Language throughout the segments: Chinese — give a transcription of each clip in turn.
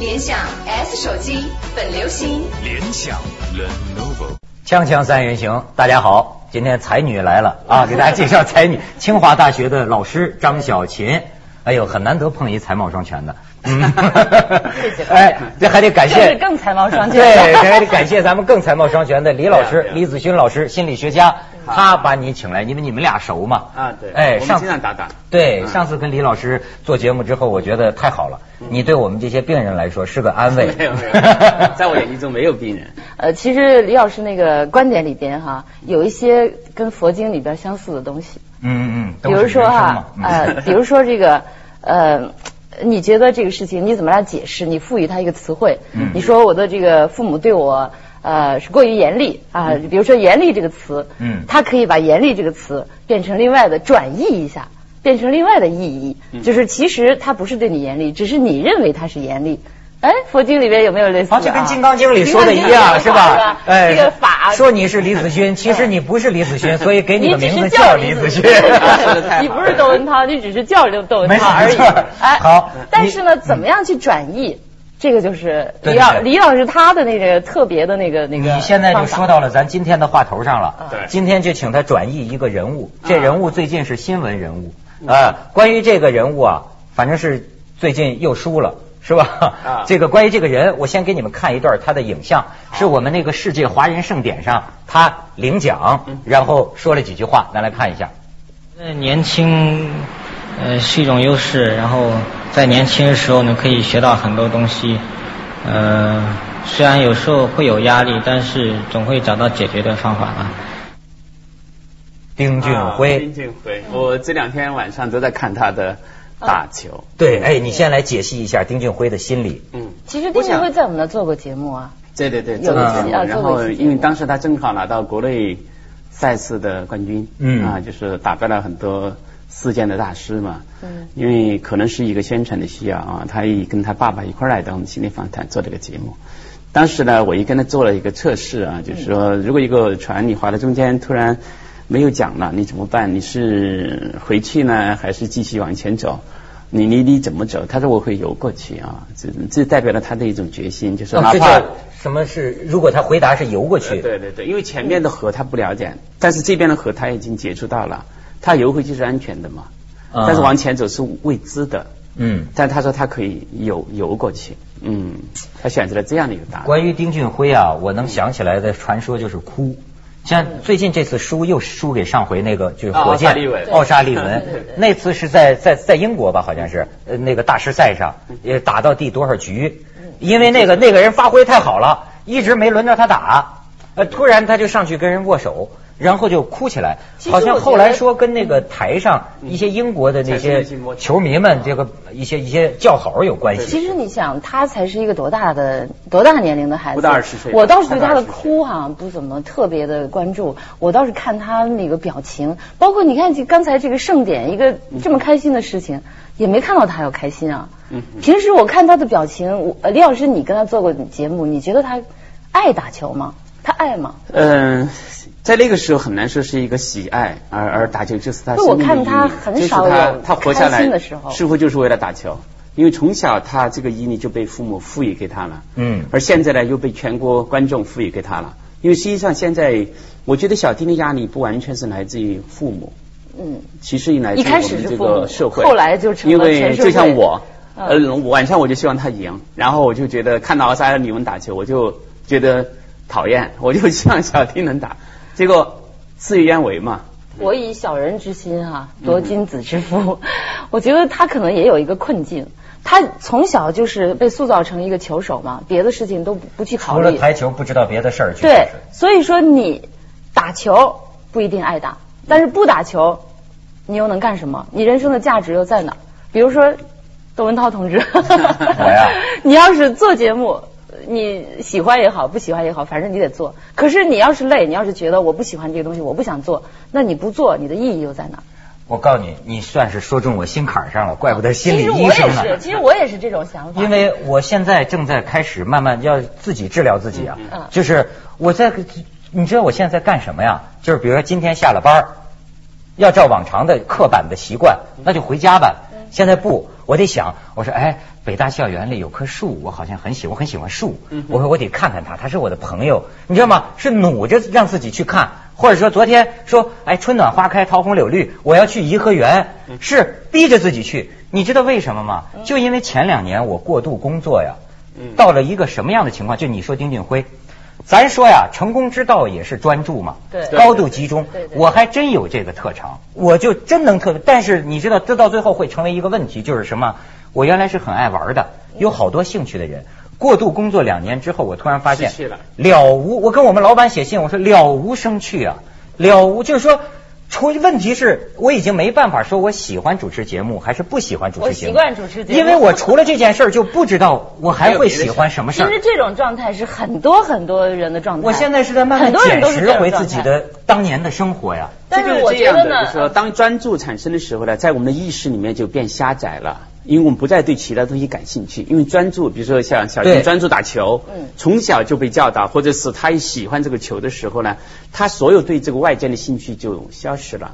联想 S 手机本流行，联想 Lenovo。锵锵三人行，大家好，今天才女来了 啊，给大家介绍才女，清华大学的老师张小琴。哎呦，很难得碰一才貌双全的， 嗯谢，哎，这还得感谢这是更才貌双全对，这还得感谢咱们更才貌双全的李老对嗯师啊，对啊李子勋老师，心理学家，他把你请来，因为你们俩熟嘛，啊对哎，我们上经常打打对，嗯上次跟李老师做节目之后，我觉得太好了，你对我们这些病人来说是个安慰， 没有没 有，在我眼睛中没有病人。 呃，其实李老师那个观点里边哈，有一些跟佛经里边相似的东西，嗯嗯嗯，比都如是说啊人生哈嘛，嗯 呃，比如说这个，呃，你觉得这个事情你怎么来解释？你赋予它一个词汇，嗯你说我的这个父母对我。呃，是过于严厉啊、比如说“严厉”这个词，嗯它可以把“严厉”这个词变成另外的转译一下，变成另外的意义，嗯就是其实它不是对你严厉，只是你认为它是严厉。哎，佛经里边有没有类似的、啊，这跟《金刚经》里说的一样，是金刚经里吧？哎边有法这个法哎说你是李子勋，其实你不是李子勋，所以给你啊个你只名是字叫叫李李子子勋勋 说得 太好了。你不是窦文涛，你只是叫着窦文没涛而已哎错儿。好但你是呢，怎么样去转译？这个就是对李老对对李老师他的那个特别的那个那个。你现在就说。到了咱今天的话头上了。对今天就请他转译一个人物，啊这人物最近是新闻人物。呃，关于这个人物啊，反正是最近又输了。是吧？啊这个关于这个人，我先给你们看一段他的影像，是我们那个世界华人盛典上他领奖，然后说了几句话，咱来看一下。呃，年轻，呃，是一种优势。然后在年轻的时候呢，可以学到很多东西。呃，虽然有时候会有压力，但是总会找到解决的方法啊吧。丁俊啊晖丁，俊晖，我这两天晚上都在看他的打球。对，哎，你先来解析一下丁俊晖的心理。嗯，其实丁俊晖在我们那做过节目啊，对对对，这有一个期节目啊然做过一后期节目因为当时他正好拿到国内赛事的冠军，嗯啊，就是打败了很多世界的大师嘛。嗯因为可能是一个宣传的需要啊，他也跟他爸爸一块儿来到我们心理访谈做这个节目。当时呢，我也跟他做了一个测试嗯啊，就是说，如果一个船你划到中间突然没有桨了，你怎么办？你是回去呢，还是继续往前走？你你你怎么走？他说我会游过去啊，这这代表了他的一种决心，就是哦哪这怕、叫什么是？如果他回答是游过去，对对对，因为前面的河他不了解，但是这边的河他已经接触到了，他游回去是安全的嘛，啊但是往前走是未知的。嗯。但他说他可以游游过去，嗯，他选择了这样的一个答案。关于丁俊晖啊，我能想起来的传说就是哭。像最近这次输又输给上回那个就是火箭啊奥沙利文奥沙利文 对对对那次是在在在英国吧，好像是呃那个大师赛上也打到第多少局？因为那个那个人发挥太好了，一直没轮着他打，呃突然他就上去跟人握手，然后就哭起来，其实好像我觉后来得嗯说跟那个台上一些英国的那些产生内心摩擦球迷们这个一些一些叫好有关系。其实你想，他才是一个多大的多大年龄的孩子？不到20岁我倒是对他才的到20岁哭哈、不怎么特别的关注，我倒是看他那个表情，包括你看这刚才这个盛典一个这么开心的事情，也没看到他有开心啊。嗯平时我看他的表情，我呃李老师你跟他做过节目，你觉得他爱打球吗？他爱吗？嗯、在那个时候很难说是一个喜爱，而而打球就是他那生我命看的意义他很就是少他有他活下开心来的时候似乎就是为了打球，因为从小他这个毅力就被父母赋予给他了，嗯而现在呢又被全国观众赋予给他了。因为实际上现在，我觉得小丁的压力不完全是来自于父母，嗯，其实来自一于开我始们是这父母个社会，后来就成了因全为社会就像我，嗯呃，晚上我就希望他赢，然后我就觉得看到奥沙利文打球，我就觉得讨厌，我就希望小丁能打，结果事与愿违嘛。我以小人之心哈、夺君子之腹。 我觉得他可能也有一个困境，他从小就是被塑造成一个球手嘛，别的事情都不不去考除了虑。台球，不知道别的事儿。确实对是，所以说你打球不一定爱打，但是不打球，你又能干什么？你人生的价值又在哪儿？比如说，窦文涛 同志，呀 你要是做节目，你喜欢也好，不喜欢也好，反正你得做。可是你要是累，你要是觉得我不喜欢这个东西，我不想做，那你不做，你的意义又在哪儿？我告诉你，你算是说中我心坎儿上了，怪不得心理其实医我生也呢是，。其实我也是这种想法。因为我现在正在开始慢慢要自己治疗自己啊嗯嗯，就是我在，你知道我现在在干什么呀？就是比如说今天下了班儿，要照往常的刻板的习惯，那就回家吧。现在不，我得想，我说哎，北大校园里有棵树，我好像很喜，我很喜欢树。我说我得看看它，它是我的朋友，你知道吗？是努着让自己去看，或者说昨天说，哎，春暖花开，桃红柳绿，我要去颐和园，是逼着自己去。你知道为什么吗？就因为前两年我过度工作呀，嗯到了一个什么样的情况？就你说丁俊晖。咱说呀，成功之道也是专注嘛，对高度集中对对。对我还真有这个特长，我就真能特。但是你知道，这到最后会成为一个问题，就是什么？我原来是很爱玩的，嗯有好多兴趣的人。过度工作两年之后，我突然发现失去了了无。我跟我们老板写信，我说了无生趣啊，了无就是说。出问题是我已经没办法说我喜欢主持节目还是不喜欢主持节目，我习惯主持节目因为我除了这件事儿就不知道我还会喜欢什么事其儿。实这种状态是很多很多人的状态。我现在是在慢很慢多人捡都是拾这种回状自己态。的当年的生活呀。但这就是是我这觉样的得就是说，呢，当专注产生的时候呢，在我们的意识里面就变狭窄了。因为我们不再对其他东西感兴趣，因为专注，比如说像小对金专注打球，嗯从小就被教导，或者是他喜欢这个球的时候呢，他所有对这个外界的兴趣就消失了。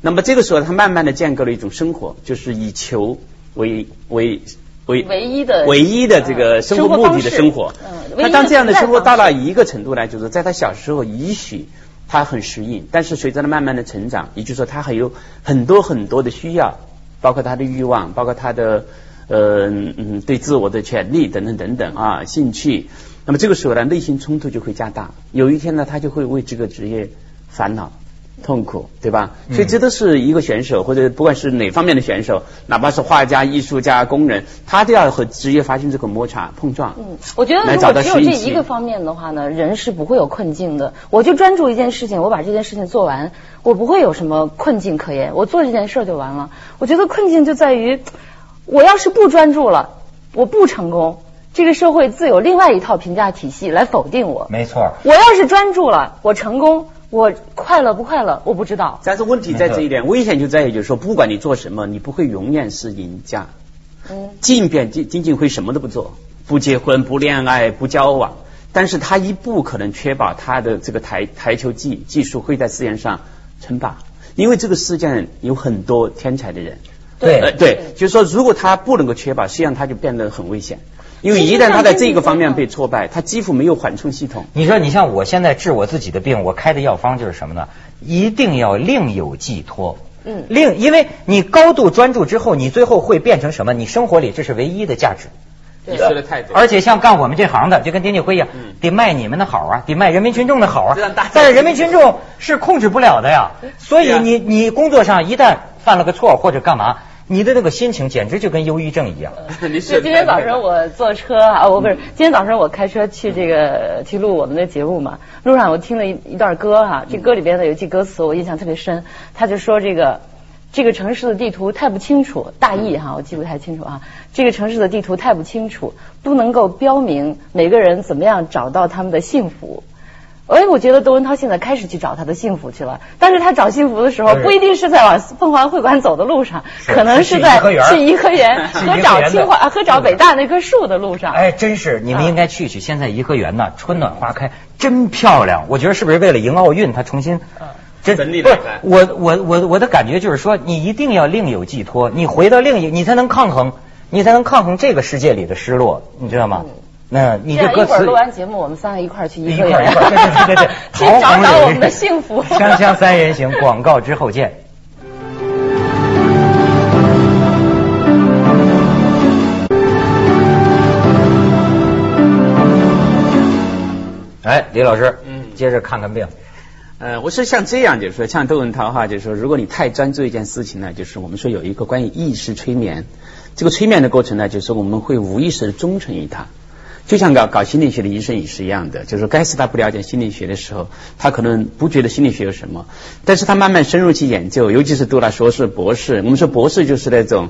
那么这个时候，他慢慢的建构了一种生活，就是以球为为为唯一的呃唯一的这个生活目的的生活生活方式嗯。唯一那的当这样的生活存在到方式到一个程度呢，就是在他小时候，也许他很适应，但是随着他慢慢的成长，也就是说他还有很多很多的需要，包括他的欲望，包括他的呃嗯对自我的权利等等等等啊兴趣。那么这个时候呢，内心冲突就会加大，有一天呢，他就会为这个职业烦恼。痛苦，对吧？所以这都是一个选手，或者不管是哪方面的选手，哪怕是画家、艺术家、工人，他都要和职业发生这个摩擦碰撞。嗯，我觉得来如找到果只有适应这一期个方面的话呢，人是不会有困境的。我就专注一件事情，我把这件事情做完，我不会有什么困境可言。我做这件事儿就完了。我觉得困境就在于，我要是不专注了，我不成功，这个社会自有另外一套评价体系来否定我。没错，我要是专注了，我成功，我快乐不快乐，我不知道。但是问题在这一点，危险就在于就是说，不管你做什么，你不会永远是赢家。嗯，即便金金靖辉什么都不做，不结婚、不恋爱、不交往，但是他一不可能确保他的这个台台球技技术会在世界上称霸，因为这个世界上有很多天才的人。呃，对，对，就是说，如果他不能够确保，实际上他就变得很危险，因为一旦他在这个方面被挫败，他几乎没有缓冲系统。你说你像我现在治我自己的病，我开的药方就是什么呢？一定要另有寄托。嗯另，因为你高度专注之后，你最后会变成什么？你生活里这是唯一的价值。你说的太对了而且像干我们这行的，就跟丁俊晖一样，得卖你们的好啊，得卖人民群众的好啊这样大家。但是人民群众是控制不了的呀，所以对啊你你工作上一旦犯了个错或者干嘛，你的那个心情简直就跟忧郁症一样。 你对，今天早晨我坐车啊，我不嗯是，今天早晨我开车去这个去录我们的节目嘛，路上我听了一一段歌嗯哈、这歌里边呢有一句歌词我印象特别深，他就说这个这个城市的地图太不清楚，大意嗯哈、我记不太清楚啊，这个城市的地图太不清楚，不能够标明每个人怎么样找到他们的幸福。哎，我觉得窦文涛现在开始去找他的幸福去了，但是他找幸福的时候，对不一定是在往凤凰会馆走的路上，是可能是是去在颐和园去颐和园去颐和和找园清的华和找是的北大那棵树的路上。哎，真是，你们应该去去。现在颐和园呢，春暖花开，真漂亮。我觉得是不是为了迎奥运，它重新嗯真整理不了是一番我我我我的感觉就是说，你一定要另有寄托，你回到另一，你才能抗衡，你才能抗衡这个世界里的失落，你知道吗？那你嗯这这样歌一会儿词录完节目，我们三个一块儿去颐一和块儿一园块儿，，对对对对对， 去桃找红找柳我们绿的幸福。 锵锵三人行，广告之后见。哎，李老师，嗯接着看看病，呃，我是像这样，就是说，像窦文涛哈，就是说，如果你太专注一件事情呢，就是我们说有一个关于意识催眠，这个催眠的过程呢，就是说我们会无意识的忠诚于它。就像搞搞心理学的医生也是一样的，就是该是他不了解心理学的时候，他可能不觉得心理学有什么，但是他慢慢深入去研究，尤其是读了硕士、博士，我们说博士就是那种，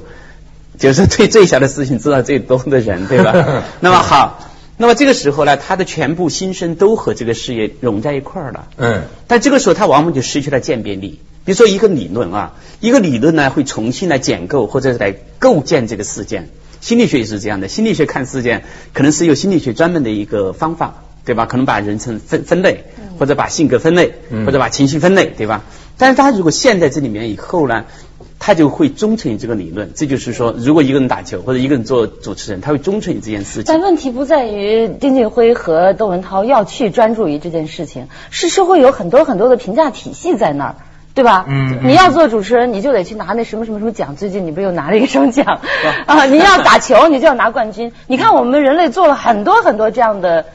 就是对最小的事情知道最多的人，对吧？ 那么好，那么这个时候呢，他的全部心声都和这个事业融在一块儿了。嗯，但这个时候它往往就失去了鉴别力。比如说一个理论啊，一个理论呢会重新来建构或者是来构建这个事件。心理学也是这样的，心理学看事件可能是有心理学专门的一个方法，对吧？可能把人成分分类，嗯或者把性格分类，嗯或者把情绪分类，对吧？但是它如果陷在这里面以后呢，他就会忠诚于这个理论。这就是说，如果一个人打球或者一个人做主持人，他会忠诚于这件事情。但问题不在于丁俊晖和窦文涛要去专注于这件事情，是社会有很多很多的评价体系在那儿。对吧？嗯你要做主持人，你就得去拿那什么什么什么奖。最近你不是又拿了一个什么奖啊？你要打球，你就要拿冠军。你看我们人类做了很多很多这样的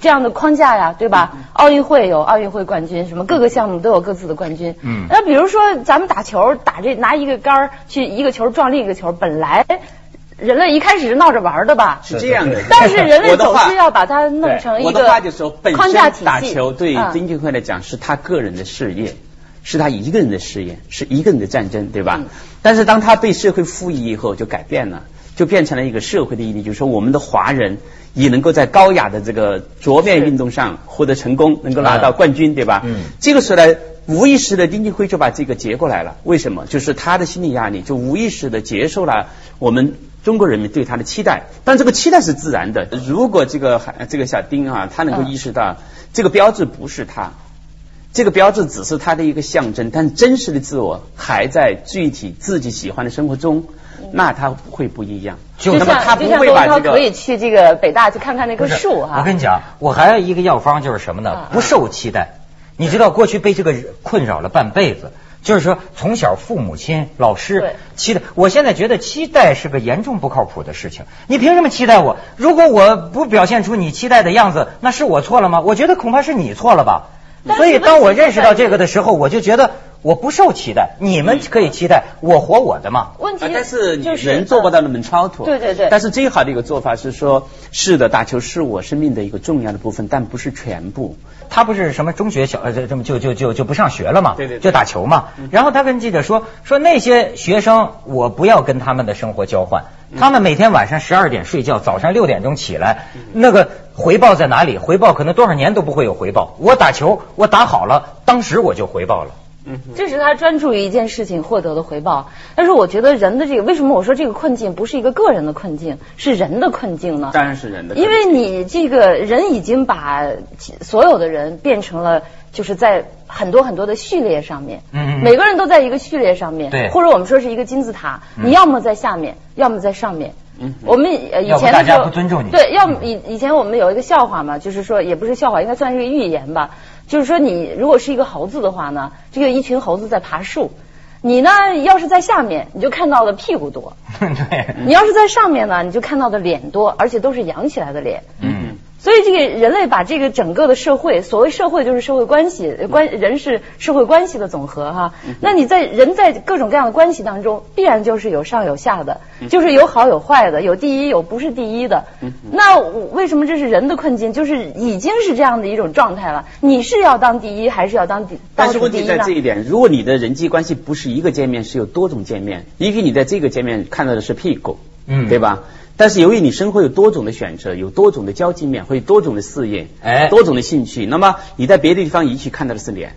这样的框架呀，对吧？奥运会有奥运会冠军，什么各个项目都有各自的冠军。嗯那比如说咱们打球，打这拿一个杆儿去一个球撞另一个球，本来人类一开始是闹着玩儿的吧？是这样的，但是人类我的总话是要把它弄成对一我的话个就是说，本框架体身系。打球对嗯丁俊晖来讲是他个人的事业，是他一个人的事业，是一个人的战争，对吧？嗯但是当他被社会赋予以后，就改变了。就变成了一个社会的毅力，就是说我们的华人也能够在高雅的这个桌面运动上获得成功，能够拿到冠军，对吧？嗯这个时候呢，无意识的丁俊晖就把这个接过来了。为什么？就是他的心理压力，就无意识的接受了我们中国人民对他的期待。但这个期待是自然的。如果这个孩这个小丁啊，他能够嗯意识到这个标志不是他。这个标志只是他的一个象征，但真实的自我还在具体自己喜欢的生活中，那他会不一样。就那么他像不就像会窦把文涛这个可以去这个北大去看看那棵树啊我哈、跟你讲，我还有一个药方就是什么呢啊？不受期待。你知道过去被这个困扰了半辈子，就是说从小父母亲、老对师期待。我现在觉得期待是个严重不靠谱的事情。你凭什么期待我？如果我不表现出你期待的样子，那是我错了吗？我觉得恐怕是你错了吧。但是所以当我认识到这个问题的时候，我就觉得我不受期待。你嗯们可以期待，我活我的嘛。问题啊但是你就是呃人做不到那么超脱。对对对但是最好的一个做法是说，是的，打球是我生命的一个重要的部分，但不是全部。他不是什么中学小呃这这么就就就就不上学了嘛，对对对嗯就打球嘛。然后他跟记者说说那些学生，我不要跟他们的生活交换，嗯他们每天晚上十二点睡觉，早上六点钟起来，嗯那个回报在哪里？回报可能多少年都不会有回报。我打球，我打好了，当时我就回报了。嗯哼。这是他专注于一件事情获得的回报。但是我觉得人的这个，为什么我说这个困境不是一个个人的困境，是人的困境呢？当然是人的因为你这个人已经把所有的人变成了，就是在很多很多的序列上面，嗯嗯嗯每个人都在一个序列上面，对嗯或者我们说是一个金字塔，你要么在下面，要么在上面。嗯我们以呃以要不前大的时家候不尊重你嗯对，要么以以前我们有一个笑话嘛，就是说也不是笑话，应该算是个寓言吧。就是说你如果是一个猴子的话呢，这个一群猴子在爬树，你呢要是在下面，你就看到的屁股多； 对，你要是在上面呢，你就看到的脸多，而且都是扬起来的脸。嗯，所以这个人类把这个整个的社会，所谓社会就是社会关系，嗯呃关人是社会关系的总和哈。那你在人在各种各样的关系当中，必然就是有上有下的，嗯就是有好有坏的，有第一有不是第一的。那我为什么这是人的困境？就是已经是这样的一种状态了。你是要当第一，还是要当第？但是倒数问第题一在呢这一点，如果你的人际关系不是一个界面，是有多种界面，也许你在这个界面看到的是屁股，嗯对吧？但是由于你生活有多种的选择，有多种的交际面，会有多种的事业，哎多种的兴趣，那么你在别的地方也许看到的是脸，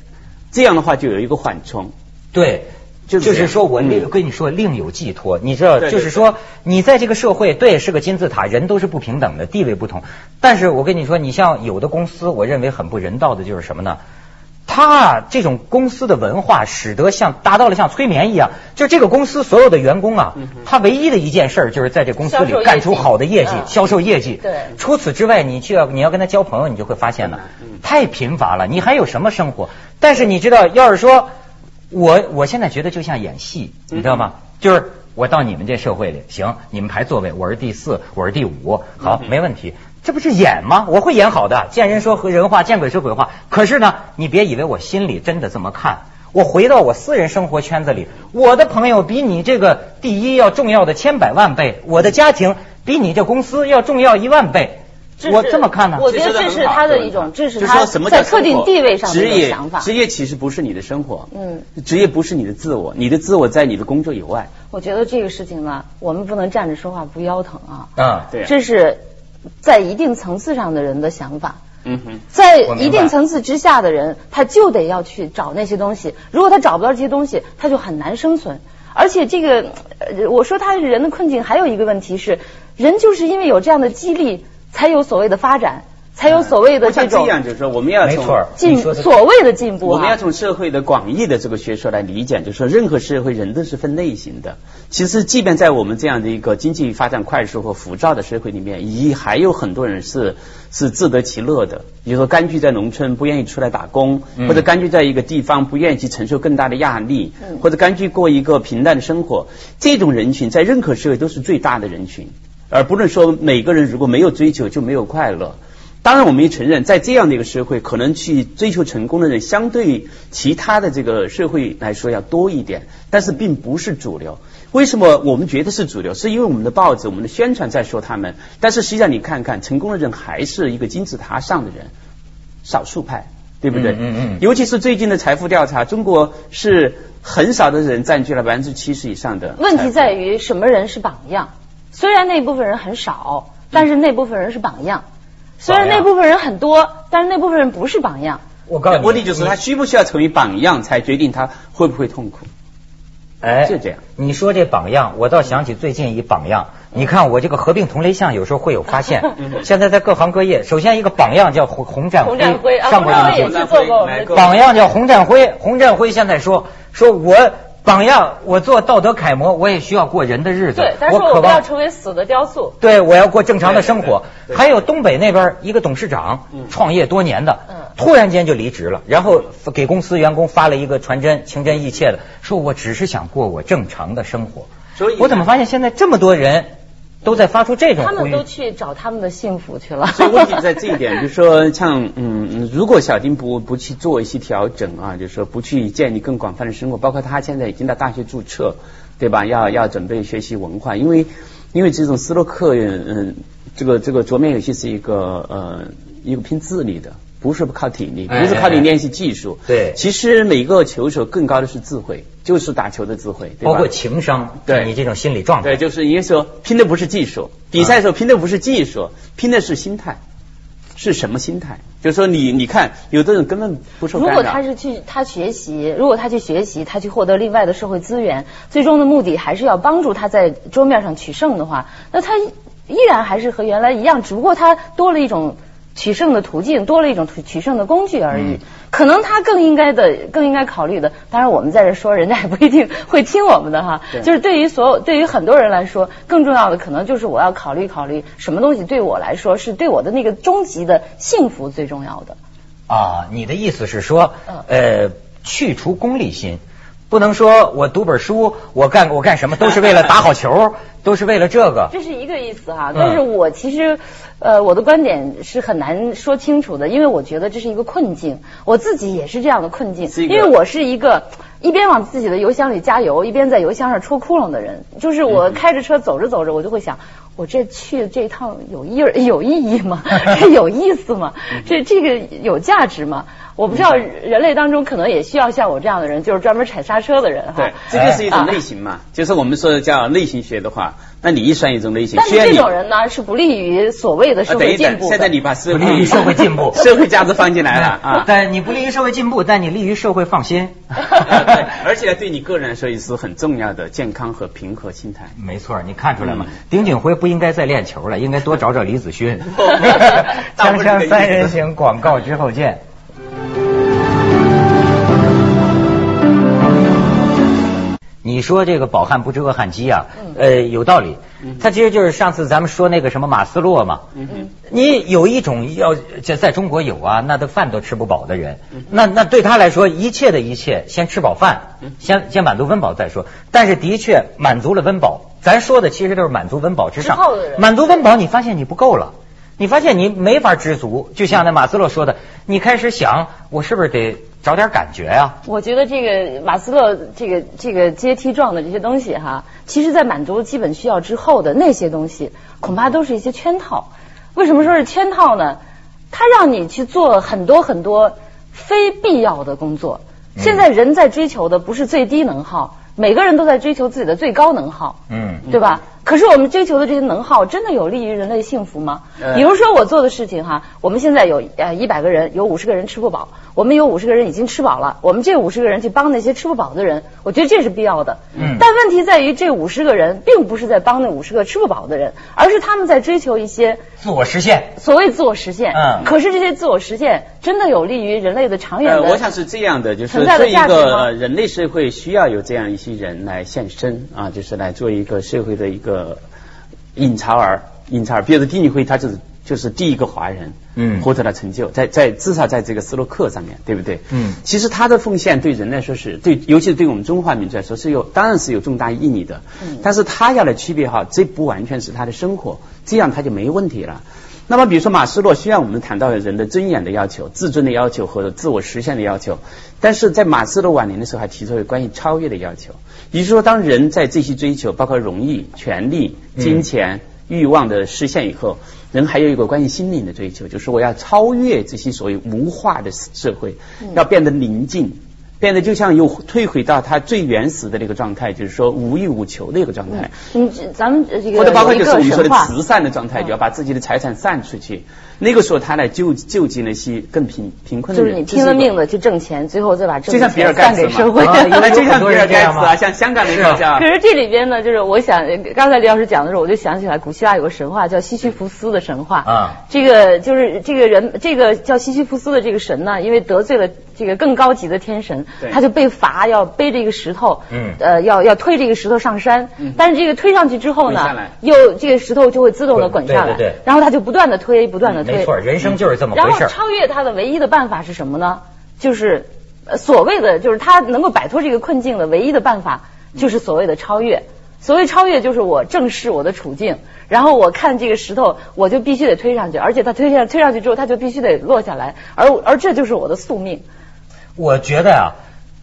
这样的话就有一个缓冲。对。就是就是说我另、嗯跟你说另有寄托，你知道，对就对是说你在这个社会，对，是个金字塔，人都是不平等的，地位不同。但是我跟你说，你像有的公司，我认为很不人道的就是什么呢？他啊，这种公司的文化使得像达到了像催眠一样，就这个公司所有的员工嗯啊，他唯一的一件事儿就是在这公司销售业里绩干出好的业绩，嗯销售业绩。对除此之外，你就要你要跟他交朋友，你就会发现呢，嗯太贫乏了，你还有什么生活？但是你知道，要是说我我现在觉得就像演戏，你知道吗？就是我到你们这社会里，行，你们排座位，我是第四，我是第五，好，嗯没问题。这不是演吗？我会演好的，见人说人话，见鬼说鬼话。可是呢，你别以为我心里真的这么看。我回到我私人生活圈子里，我的朋友比你这个第一要重要的千百万倍，我的家庭比你这公司要重要一万倍。这是我这么看呢、我觉得这是他的一种，这是就他说什么叫在特定地位上的职一种业想法。职业其实不是你的生活，嗯，职业不是你的自我，你的自我在你的工作以外。我觉得这个事情呢，我们不能站着说话不腰疼啊。嗯，对啊这是在一定层次上的人的想法。嗯哼。在我明白一定层次之下的人，他就得要去找那些东西。如果他找不到这些东西，他就很难生存。而且这个，呃我说他是人的困境，还有一个问题是，人就是因为有这样的激励，才有所谓的发展，才有所谓的我这想种这样就是说，我们要没从错儿进你说的所谓的进步我们啊要。从社会的广义的这个学说来理解，就是说任何社会人都是分类型的。其实，即便在我们这样的一个经济发展快速和浮躁的社会里面，也还有很多人是是自得其乐的。比如说，甘居在农村，不愿意出来打工，或者甘居在一个地方，不愿意去承受更大的压力，或者甘居过一个平淡的生活。这种人群在任何社会都是最大的人群。而不论说每个人如果没有追求就没有快乐。当然，我们也承认，在这样的一个社会，可能去追求成功的人，相对于其他的这个社会来说要多一点，但是并不是主流。为什么我们觉得是主流？是因为我们的报纸、我们的宣传在说他们，但是实际上你看看，成功的人还是一个金字塔上的人，少数派，对不对？嗯嗯嗯尤其是最近的财富调查，中国是很少的人占据了百分之七十以上的财富。问题在于什么人是榜样？虽然那部分人很少，但是那部分人是榜样；虽然那部分人很多，但是那部分人不是榜样。我告诉你，问题就是他需不需要成为榜样，才决定他会不会痛苦。哎，是这样。你说这榜样，我倒想起最近一榜样。你看我这个合并同类项，有时候会有发 现。现在在各行各业，首先一个榜样叫洪洪战洪战辉啊，哎上洪过战这个辉也节是做过我们来的过榜样叫洪战辉。洪战辉现在说说我榜样，我做道德楷模，我也需要过人的日子。对，他我说我渴们要望成为死的雕塑。对，我要过正常的生活对对。对还有东北那边一个董事长，创业多年的嗯，突然间就离职了，然后给公司员工发了一个传真，情真意切的说：“我只是想过我正常的生活。”所以我怎么发现现在这么多人都在发出这种他呼们吁都？去找他们的幸福去 了。所以问题在这一点，就是说像嗯，如果小丁不不去做一些调整啊，就是说不去建立更广泛的生活，包括他现在已经到大学注册，对吧？要要准备学习文化，因为因为这种斯洛克嗯，这个这个桌面游戏是一个呃一个拼智力的，不是靠体力，不是靠你练习技术。哎哎哎对其实每个球手更高的是智慧，就是打球的智慧，对吧？包括情商，对你这种心理状对，态。就是应该说拼的不是技术，比赛的时啊候拼的不是技术，拼的是心态，是什么心态？就是说你你看，有的人根本不受如干果他扰。是去他学习，如果他去学习，他去获得另外的社会资源，最终的目的还是要帮助他在桌面上取胜的话，那他依然还是和原来一样，只不过他多了一种取胜的途径，多了一种取取胜的工具而已。嗯可能他更应该的、更应该考虑的，当然我们在这说，人家也不一定会听我们的哈。对就是对于所有对于很多人来说，更重要的可能就是我要考虑考虑什么东西对我来说是对我的那个终极的幸福最重要的。啊，你的意思是说嗯，呃，去除功利心，不能说我读本书，我干我干什么都是为了打好 球，都是为了这个。这是一个意思哈、嗯但是我其实，呃，我的观点是很难说清楚的，因为我觉得这是一个困境，我自己也是这样的困境，是一因个为我是一个一边往自己的油箱里加油，一边在油箱上戳窟窿的人，就是我开着车走着走着，我就会想。我这去这一趟有意儿 有意义 吗？这有意思吗？嗯这这个有价值吗？我不知道，人类当中可能也需要像我这样的人，就是专门踩刹车的人哈。对，这就是啊一种类型嘛，就是我们说的叫类型学的话，那你也算一种类型。但是虽然这你种人呢，是不利于所谓的啊社等会一进等，步的。现在你把社不利于会社会进步 社会价值放进 来了啊。但你不利于社会进步，但你利于社会放心。啊 对，而且对你个人来说也是很重要的健康和平和心态。 没错，你看出来吗嗯？。丁俊晖不应该再练球了，应该多找找李子勋锵 锵三人行，广告之后见。你说这个饱汉不知饿汉饥啊，嗯呃，有道理。它其实就是上次咱们说那个什么马斯洛嘛，你有一种要这在中国有啊，那都饭都吃不饱的人，嗯那那对他来说，一切的一切，先吃饱饭，嗯先先满足温饱再说。但是的确满足了温饱，咱说的其实都是满足温饱之上之后的人，满足温饱，你发现你不够了。你发现你没法知足，就像那马斯洛说的，你开始想，我是不是得找点感觉啊呀、我觉得这个马斯洛这个这个阶梯状的这些东西哈，其实在满足基本需要之后的那些东西，恐怕都是一些圈套。为什么说是圈套呢？它让你去做很多很多非必要的工作。现在人在追求的不是最低能耗，每个人都在追求自己的最高能耗。嗯，对吧？可是我们追求的这些能耗，真的有利于人类幸福吗？呃比如说我做的事情哈，我们现在有呃一百个人，有五十个人吃不饱，我们有五十个人已经吃饱了，我们这五十个人去帮那些吃不饱的人，我觉得这是必要的。嗯但问题在于，这五十个人并不是在帮那五十个吃不饱的人，而是他们在追求一些自我实现。所谓自我实现。嗯可是这些自我实现真的有利于人类的长远呃，的？我想是这样的，就是存在的这一价值个吗呃人类社会需要有这样一些人来现身啊，就是来做一个社会的一个引潮儿，引潮儿。比如说丁宇辉，他就是就是第一个华人，嗯获得了成就，在在至少在这个斯洛克上面，对不对？嗯其实他的奉献对人来说是对，尤其是对我们中华民族来说是有，当然是有重大意义的。嗯但是他要来区别哈，这不完全是他的生活，这样他就没问题了。那么，比如说马斯洛，虽然我们谈到人的尊严的要求、自尊的要求和自我实现的要求，但是在马斯洛晚年的时候还提出了关于超越的要求。也就是说，当人在这些追求，包括荣誉、权利、金钱、欲望的实现以后，人还有一个关于心灵的追求，就是我要超越这些所谓无化的社会，要变得宁静，变得就像又退回到他最原始的那个状态，就是说无欲无求的一个状态。你这嗯咱们这个或者包括有就一是我们说的个神话嗯慈善的状态，就要把自己的财产散出去。那个时候，他来救救济那些更贫贫困的就人，是你这一拼了个命的去挣钱，最后再把就挣的像比尔钱盖散茨给社嘛， 会。啊因为那就像有很比尔盖茨多人这样吗啊，像香港那是个啊叫 可是这里边呢，就是我想刚才李老师讲的时候，我就想起来古希腊有个神话叫西西弗斯的神话。啊这个就是这个人，这个叫西西弗斯的这个神呢，因为得罪了这个更高级的天神对，他就被罚要背着一个石头，嗯呃，要要推这个石头上山。但是这个推上去之后滚呢下来，又这个石头就会自动的滚下来，滚对对对嗯然后他就不断的推，不断的推，没错，人生就是这么啊然回后事儿。超越他的唯一的办法是什么呢？就是呃所谓的，就是他能够摆脱这个困境的唯一的办法，嗯就是所谓的超越。所谓超越，就是我正视我的处境，然后我看这个石头，我就必须得推上去，而且他推上推上去之后，他就必须得落下来，而而这就是我的宿命。我觉得啊，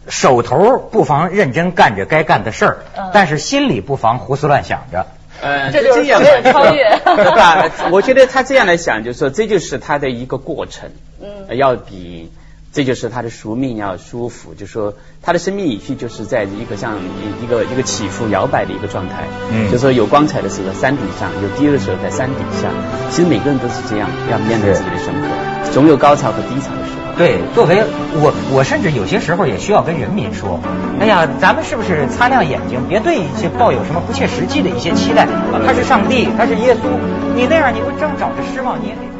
手头不妨认真干着该干的事儿，嗯但是心里不妨胡思乱想着。呃，这就是样所谓的超越 对吧？我觉得他这样来想，就是说这就是他的一个过程，嗯呃要比这就是他的宿命要舒服，就说他的生命已去就是在一个像一一个一个起伏摇摆的一个状态，嗯就说有光彩的时候在山顶上，有低的时候在山底下，其实每个人都是这样，要面对是自己的生活，总有高潮和低潮的时候。对，作为我，我甚至有些时候也需要跟人民说，哎呀，咱们是不是擦亮眼睛，别对一些抱有什啊么不切实际的一些期待？他是上帝，他是耶稣，你那样你会正找着失望，你也得。